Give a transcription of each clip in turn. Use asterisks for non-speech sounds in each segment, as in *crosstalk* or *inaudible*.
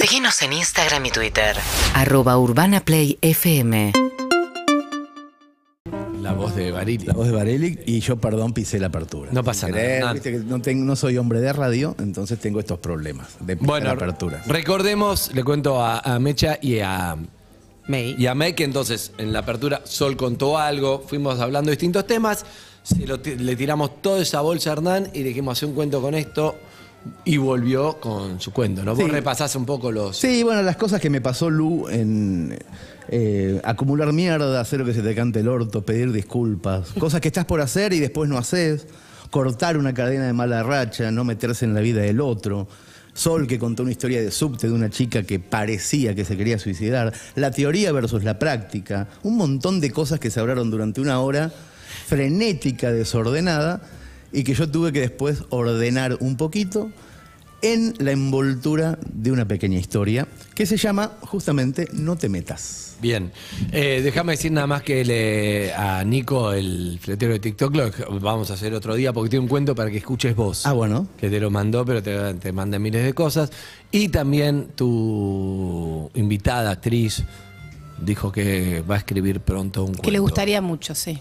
Seguinos en Instagram y Twitter. Arroba Urbana Play FM. La voz de Barili. La voz de Barelic y yo, perdón, pisé la apertura. No pasa Sin nada, querer, nada. viste que no, tengo- no soy hombre de radio, entonces tengo estos problemas de pisar Bueno, apertura. recordemos, le cuento a, a Mecha y a, May. y a May que entonces en la apertura Sol contó algo, fuimos hablando de distintos temas, se lo ti- le tiramos toda esa bolsa a Hernán y le dijimos hacer un cuento con esto y volvió con su cuento, ¿no? Vos Sí. repasás un poco los... Sí, bueno, las cosas que me pasó Lu en eh, acumular mierda, hacer lo que se te cante el orto, pedir disculpas, cosas que estás por hacer y después no haces, cortar una cadena de mala racha, no meterse en la vida del otro. Sol que contó una historia de subte de una chica que parecía que se quería suicidar, la teoría versus la práctica, un montón de cosas que se hablaron durante una hora frenética, desordenada, y que yo tuve que después ordenar un poquito en la envoltura de una pequeña historia que se llama justamente No te metas. Bien, Eh, déjame decir nada más que le, a Nico, el fletero de TikTok, lo vamos a hacer otro día porque tiene un cuento para que escuches vos. Ah, bueno. Que te lo mandó, pero te, te manda miles de cosas. Y también tu invitada, actriz, dijo que va a escribir pronto un cuento. Que le gustaría mucho, sí.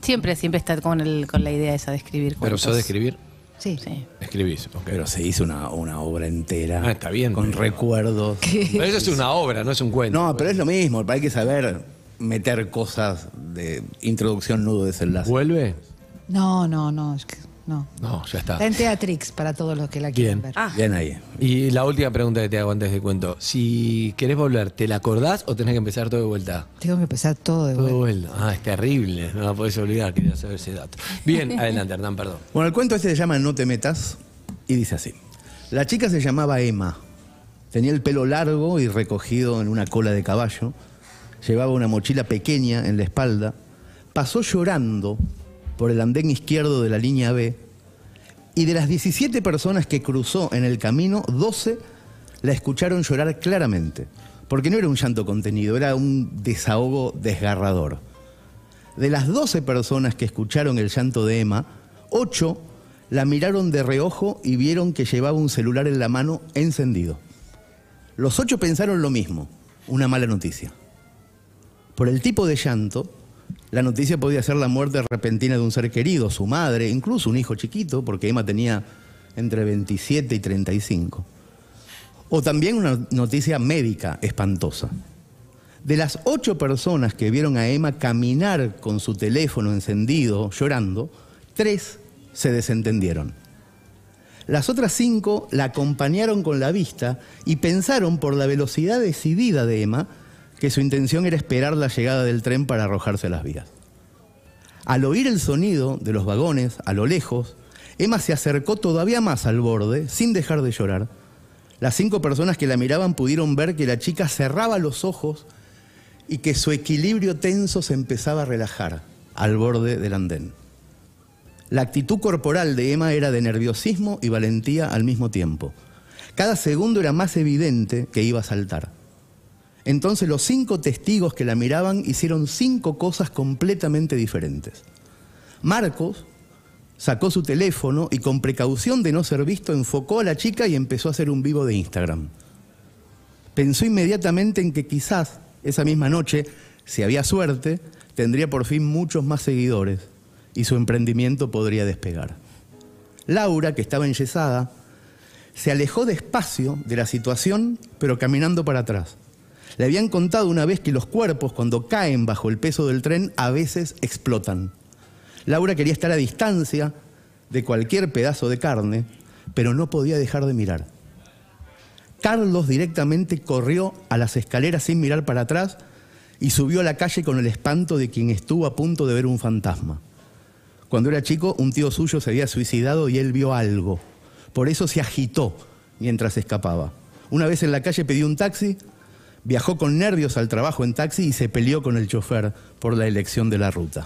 Siempre, siempre está con, el, con la idea esa de escribir. ¿Pero cuentos. sos de escribir? Sí. sí. Escribís, ok. Pero se hizo una, una obra entera. Ah, está bien, Con pero- recuerdos. Pero eso es una obra, no es un cuento. No, pero es lo mismo. Hay que saber meter cosas de introducción, nudo, desenlace. ¿Vuelve? No, no, no. es que- no. No, ya está. Está en Teatrix para todos los que la quieren Bien. ver. Bien ahí. Y la última pregunta que te hago antes de cuento. Si querés volver, ¿te la acordás o tenés que empezar todo de vuelta? Tengo que empezar todo de Todo vuelta. vuelta. Ah, es terrible. No la podés olvidar, quería saber ese dato. Bien, *laughs* adelante, Hernán, perdón. Bueno, el cuento este se llama No te metas y dice así. La chica se llamaba Emma. Tenía el pelo largo y recogido en una cola de caballo. Llevaba una mochila pequeña en la espalda. Pasó llorando por el andén izquierdo de la línea B. Y de las 17 personas que cruzó en el camino, 12 la escucharon llorar claramente. Porque no era un llanto contenido, era un desahogo desgarrador. De las 12 personas que escucharon el llanto de Emma, 8 la miraron de reojo y vieron que llevaba un celular en la mano encendido. Los 8 pensaron lo mismo, una mala noticia. Por el tipo de llanto, la noticia podía ser la muerte repentina de un ser querido, su madre, incluso un hijo chiquito, porque Emma tenía entre 27 y 35. O también una noticia médica espantosa. De las ocho personas que vieron a Emma caminar con su teléfono encendido, llorando, tres se desentendieron. Las otras cinco la acompañaron con la vista y pensaron por la velocidad decidida de Emma que su intención era esperar la llegada del tren para arrojarse a las vías. Al oír el sonido de los vagones a lo lejos, Emma se acercó todavía más al borde sin dejar de llorar. Las cinco personas que la miraban pudieron ver que la chica cerraba los ojos y que su equilibrio tenso se empezaba a relajar al borde del andén. La actitud corporal de Emma era de nerviosismo y valentía al mismo tiempo. Cada segundo era más evidente que iba a saltar. Entonces los cinco testigos que la miraban hicieron cinco cosas completamente diferentes. Marcos sacó su teléfono y con precaución de no ser visto enfocó a la chica y empezó a hacer un vivo de Instagram. Pensó inmediatamente en que quizás esa misma noche, si había suerte, tendría por fin muchos más seguidores y su emprendimiento podría despegar. Laura, que estaba enyesada, se alejó despacio de la situación, pero caminando para atrás. Le habían contado una vez que los cuerpos, cuando caen bajo el peso del tren, a veces explotan. Laura quería estar a distancia de cualquier pedazo de carne, pero no podía dejar de mirar. Carlos directamente corrió a las escaleras sin mirar para atrás y subió a la calle con el espanto de quien estuvo a punto de ver un fantasma. Cuando era chico, un tío suyo se había suicidado y él vio algo. Por eso se agitó mientras escapaba. Una vez en la calle pidió un taxi, viajó con nervios al trabajo en taxi y se peleó con el chofer por la elección de la ruta.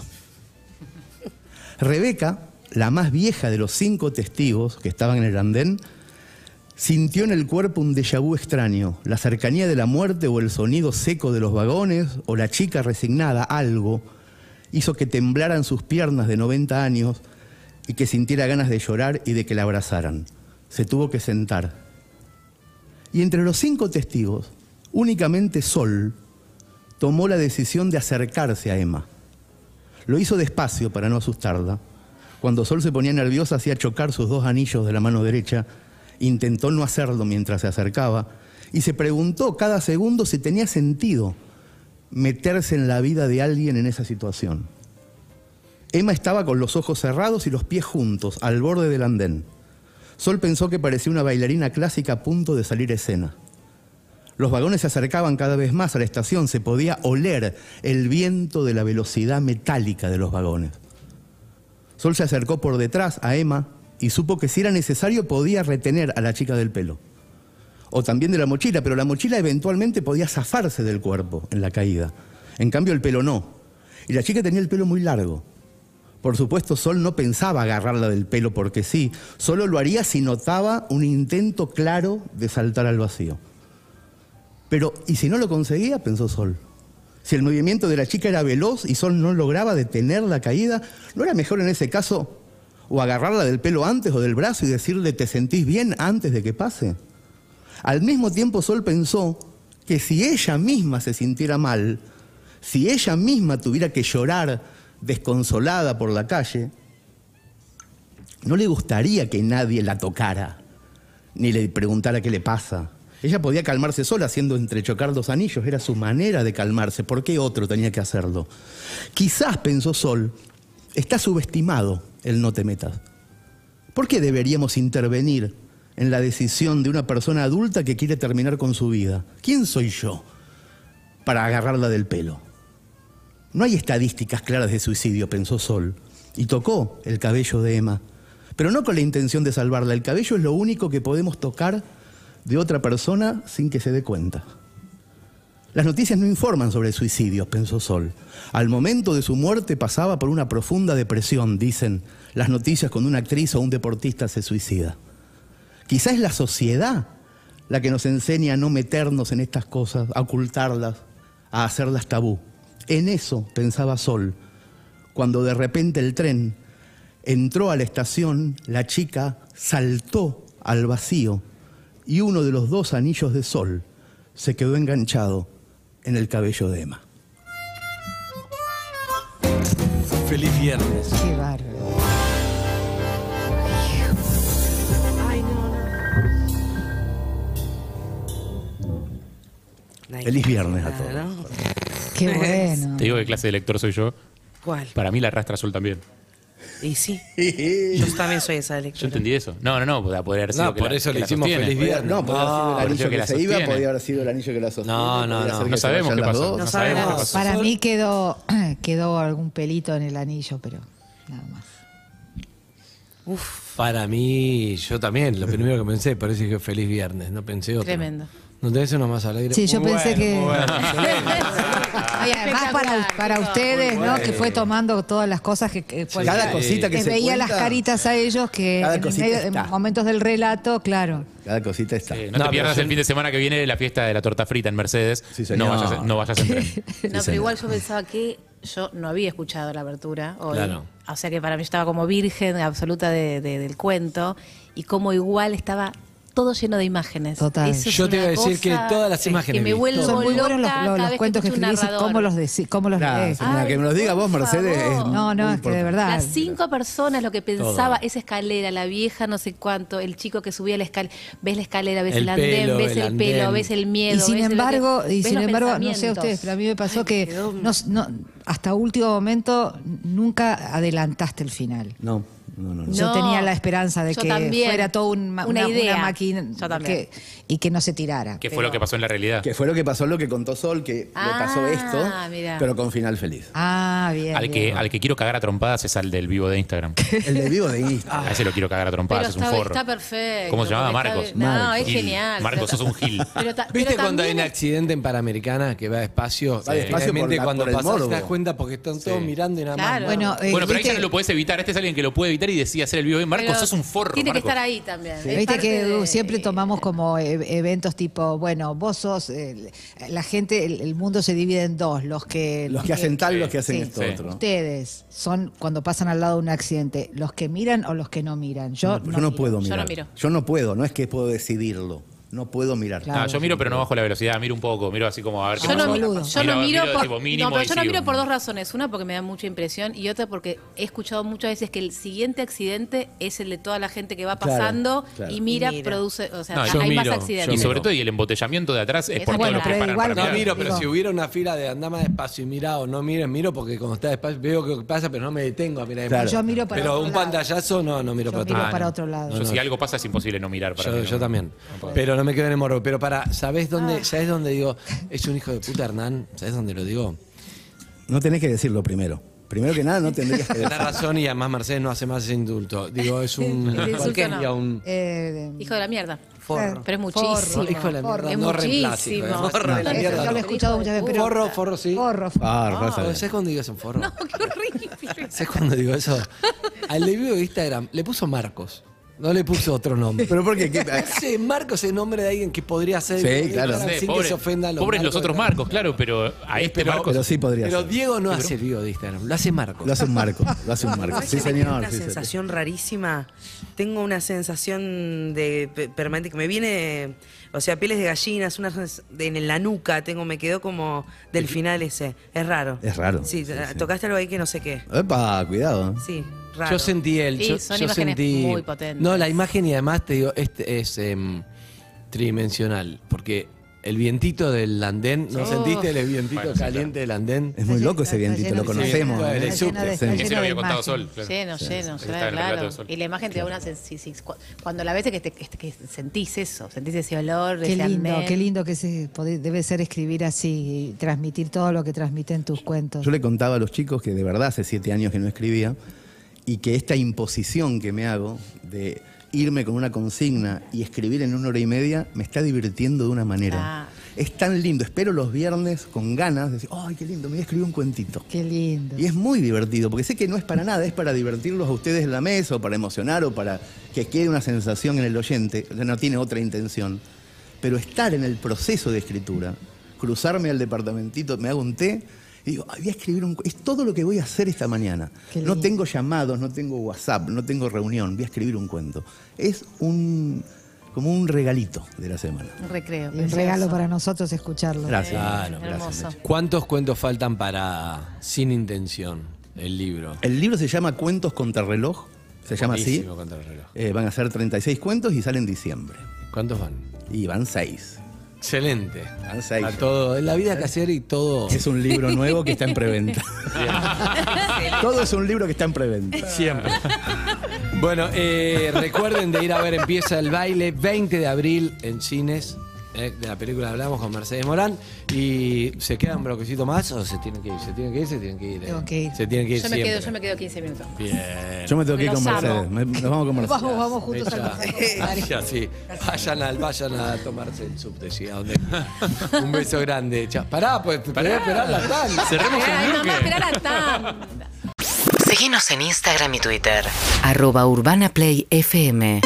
Rebeca, la más vieja de los cinco testigos que estaban en el andén, Sintió en el cuerpo un déjà vu extraño, la cercanía de la muerte o el sonido seco de los vagones o la chica resignada, algo, hizo que temblaran sus piernas de 90 años y que sintiera ganas de llorar y de que la abrazaran. Se tuvo que sentar. Y entre los cinco testigos, únicamente Sol tomó la decisión de acercarse a Emma. Lo hizo despacio para no asustarla. Cuando Sol se ponía nerviosa, hacía chocar sus dos anillos de la mano derecha. Intentó no hacerlo mientras se acercaba y se preguntó cada segundo si tenía sentido meterse en la vida de alguien en esa situación. Emma estaba con los ojos cerrados y los pies juntos, al borde del andén. Sol pensó que parecía una bailarina clásica a punto de salir a escena. Los vagones se acercaban cada vez más a la estación, se podía oler el viento de la velocidad metálica de los vagones. Sol se acercó por detrás a Emma y supo que si era necesario podía retener a la chica del pelo. O también de la mochila, pero la mochila eventualmente podía zafarse del cuerpo en la caída. En cambio el pelo no. Y la chica tenía el pelo muy largo. Por supuesto, Sol no pensaba agarrarla del pelo porque sí, solo lo haría si notaba un intento claro de saltar al vacío. Pero, ¿y si no lo conseguía? pensó Sol. Si el movimiento de la chica era veloz y Sol no lograba detener la caída, ¿no era mejor en ese caso o agarrarla del pelo antes o del brazo y decirle te sentís bien antes de que pase? Al mismo tiempo Sol pensó que si ella misma se sintiera mal, si ella misma tuviera que llorar desconsolada por la calle, no le gustaría que nadie la tocara, ni le preguntara qué le pasa. Ella podía calmarse sola haciendo entrechocar dos anillos, era su manera de calmarse, ¿por qué otro tenía que hacerlo? Quizás, pensó Sol, está subestimado el no te metas. ¿Por qué deberíamos intervenir en la decisión de una persona adulta que quiere terminar con su vida? ¿Quién soy yo para agarrarla del pelo? No hay estadísticas claras de suicidio, pensó Sol, y tocó el cabello de Emma, pero no con la intención de salvarla. El cabello es lo único que podemos tocar de otra persona sin que se dé cuenta. Las noticias no informan sobre suicidios, pensó Sol. Al momento de su muerte pasaba por una profunda depresión, dicen las noticias cuando una actriz o un deportista se suicida. Quizás es la sociedad la que nos enseña a no meternos en estas cosas, a ocultarlas, a hacerlas tabú. En eso pensaba Sol, cuando de repente el tren entró a la estación, la chica saltó al vacío y uno de los dos anillos de Sol se quedó enganchado en el cabello de Emma. Feliz viernes. Qué bárbaro. Feliz viernes a todos. Qué bueno. Te digo que clase de lector soy yo. ¿Cuál? Para mí la arrastra Sol también. Y sí. Yo también soy esa Yo lectura. entendí eso. No, no, no, podría poder haber sido No, que por la- eso que le la hicimos sostiene. feliz viernes. No, podría haber sido el pareció anillo que que, la se iba, sostiene. podría haber sido el anillo que la sostiene. No, no, podría no. ser que No se sabemos vayan qué las pasó. dos. No No sabemos qué sabemos. pasó. Para mí quedó, *clears throat* quedó algún pelito en el anillo, pero nada más. Para mí, yo también, lo primero que pensé, por eso dije feliz viernes, no pensé otro. Tremendo. ¿No tenés uno más alegre? Sí, yo Muy pensé bueno, que. muy *laughs* bueno. Ay, además para, para ustedes, ¿no? Que fue tomando todas las cosas que. que- porque Cada cosita que les se veía cuenta, las caritas a ellos que Cada en, el cosita medio- en está. momentos del relato, claro. Cada cosita está. Eh, Sí, no, No, te pierdas pero yo- el fin de semana que viene la fiesta de la torta frita en Mercedes. Sí, señor. no, vayas, en- no vayas en tren. *laughs* No, señor. pero igual yo pensaba que yo no había escuchado la apertura hoy. Claro. O sea que para mí estaba como virgen absoluta de- de- del cuento y como igual estaba todo lleno de imágenes. Total. Eso es Yo te una iba a decir que cosa todas las sí, imágenes Que me vi, vuelvo todas. Son muy loca buenos los, los- cada los vez cuentos que escucho un escribís y cómo narrador. Ah, los, decí- cómo los lees. señora. que me lo diga vos, por Mercedes. favor. es No, no, muy es que de importante. verdad. Las cinco personas, lo que pensaba, esa escalera, la vieja, no sé cuánto, el chico que subía la escalera, ves la escalera, ves El el, pelo, andén, el ves el, pelo, andén. ves el miedo. Y sin ves lo que- embargo, y ves sin los embargo, no sé a pensamientos. ustedes, pero a mí me pasó que quedó un- no, no- hasta último momento nunca adelantaste el final. No, no, no. no. Yo No. tenía la esperanza de Yo que también. fuera todo un ma- Una una, una idea. máquina Yo también. que- y que no se tirara. ¿Qué fue lo que pasó en la realidad? Que fue lo que pasó, lo que contó Sol, que Ah, le pasó esto, mirá. pero con *laughs* final feliz. Ah, bien. Al que, bien. al que quiero cagar a trompadas es al del vivo de Instagram. El de vivo *laughs* de Insta. Ah. A ese lo quiero cagar a Pero trompadas, es un está, forro. está perfecto. ¿Cómo se llamaba? porque está Marcos. bien. No, es Gil. genial. Marcos, pero sos un ta- *laughs* gil. pero ta- ¿Viste pero cuando hay también un es- accidente en Panamericana que va despacio? Va despacio por Realmente la- cuando por el pasas morbo. te das cuenta porque están todos Sí. mirando y nada más. Claro. bueno, eh, Bueno, pero ahí ya viste- no lo podés evitar. Este es alguien que lo puede evitar y decide hacer el vivo de Marcos, pero sos un forro. Tiene que Marcos. estar ahí también. Es Viste parte que Edu, de- eh, siempre tomamos como e- eventos tipo, bueno, vos sos, eh, la gente, el, el mundo se divide en dos, los que... *laughs* Los que hacen tal, los que hacen Sí. esto Sí. otro. Ustedes son cuando pasan al lado de un accidente, los que miran o los que no miran. Yo Yo no puedo Yo no mirar. miro. Yo no puedo, no es que puedo decidirlo. No puedo mirar. Claro. Ah, yo miro, pero no bajo la velocidad, miro un poco, miro así como a ver qué Yo no, pasó. boludo. miro, yo no miro, por, tipo, no, mínimo pero y yo no sigo. miro por dos razones. Una, porque me da mucha impresión y otra, porque he escuchado muchas veces que el siguiente accidente es el de toda la gente que va Claro, pasando claro. y, mira, Y mira. produce. O sea, No, hay yo más miro, accidentes. Y sobre todo, y el embotellamiento de atrás es Eso por bueno, todos los que pero paran igual para No mirar. miro, pero Digo- si hubiera una fila de andar más despacio y mirá o no mires, miro porque cuando está despacio veo que pasa, pero no me detengo a mirar. Claro. Yo miro para Pero otro un lado. pantallazo no, no miro Yo para miro atrás. no. para otro lado. Yo, si algo pasa es imposible no mirar para Yo, mí, yo no. también. pero no me quedo en el morbo. Pero para, ¿sabés dónde, ¿sabés dónde digo? Es un hijo de puta, Hernán. ¿Sabés dónde lo digo? No tenés que decirlo primero. Primero que nada, no tendrías que Tenés *laughs* decirlo. razón y además Mercedes no hace más ese indulto. Digo, es un. El insulto cualquier no. día un Eh, Hijo de la mierda. forro. Pero es Forro. muchísimo. No, hijo de la mierda, es no reemplazo, hijo muchísimo. de la mierda. No, Forro de la eso mierda, yo lo he no. escuchado muchas veces. pero- Forro, forro, sí. Forro, forro. Ah, raza de- ¿Sabés cuándo digo es un forro? No, qué horrible. ¿Sabes cuándo digo eso? Al debut de Instagram le puso Marcos. No le puso otro nombre. Pero porque *laughs* qué? Ese Marcos es nombre de alguien que podría ser. Sí, claro. No sé, Sin pobre- que se ofendan los pobres los otros Marcos. marcos, claro, pero a este marco. pero sí podría Pero ser. Diego no hace el vivo de Instagram, lo hace Marcos. Lo hace un marco. Lo hace un marco. ¿Sabés Sí, que me queda señor. Una sí, señor. sensación rarísima. Tengo una sensación de pe- permanente que me viene, o sea, pieles de gallinas, una sens- de- en la nuca, tengo, me quedó como del final ese. Es raro. Es raro. Sí, ah, Sí, sí. tocaste algo ahí que no sé qué. Epa, cuidado. Sí, raro. Yo sentí él. Y yo, son yo imágenes sentí. muy potentes. No, la imagen y además te digo, este es em, tridimensional. Porque el vientito del andén, ¿no Sí. sentiste el vientito Bueno, sí, caliente del andén? Es muy loco ese vientito, lo Está conocemos. lleno de- ¿eh? está lleno de- Sí. está Ese lo había de contado Sol. imágenes. claro. Lleno, lleno, Está en el claro. relato de Sol. Y la imagen te da una sensación. Cuando la ves es que, te- que- que sentís eso, sentís ese olor, Qué ese lindo, andén. qué lindo que se pode- debe ser escribir así y transmitir todo lo que transmiten tus cuentos. Yo le contaba a los chicos que de verdad hace siete años que no escribía y que esta imposición que me hago de irme con una consigna y escribir en una hora y media me está divirtiendo de una manera. Ah. Es tan lindo. Espero los viernes con ganas de decir, ¡ay, qué lindo! Me voy a escribir un cuentito. Qué lindo. Y es muy divertido, porque sé que no es para nada, es para divertirlos a ustedes en la mesa, o para emocionar, o para que quede una sensación en el oyente, o sea, no tiene otra intención. Pero estar en el proceso de escritura, cruzarme al departamentito, me hago un té y digo, "Ay, voy a escribir un... cu- Es todo lo que voy a hacer esta mañana. Qué No lindo. tengo llamados, no tengo WhatsApp, no tengo reunión, voy a escribir un cuento. Es un... como un regalito de la semana. Un recreo. Y un regalo para nosotros escucharlo. Gracias. Claro, gracias. hermoso. Meche. ¿Cuántos cuentos faltan para Sin Intención, el libro? El libro se llama Cuentos contra reloj, se llama así. Buenísimo contra el reloj. Eh, van a ser 36 cuentos y sale en diciembre. ¿Cuántos van? Y van seis. Excelente. Van seis. A todo. La vida casera y todo. Es un libro nuevo que está en *laughs* preventa. Todo es un libro que está en preventa. Siempre. *laughs* bueno, eh, recuerden de ir a ver Empieza el baile, 20 de abril en cines. eh, de la película hablamos con Mercedes Morán. ¿Y se queda un bloquecito más o se tienen que ir? ¿Se tienen que ir? ¿Se tienen que ir? eh? Tengo que ir. Se tienen que ir Yo me, quedo, yo me siempre. quedo 15 minutos. Bien. Yo me tengo que ir Los con amo. Mercedes. Me- nos vamos con Mercedes. Vamos, vamos juntos Hecha. al *laughs* *laughs* Vaya, sí. Vayan, al, vayan a tomarse el subte, sí, a donde. *laughs* Un beso grande. Chao. Pará, pues, pará, esperar la tanda. Cerremos Ay, el bloque. mamá, esperá la tanda. Síguenos en Instagram y Twitter. arroba urbanaplayfm.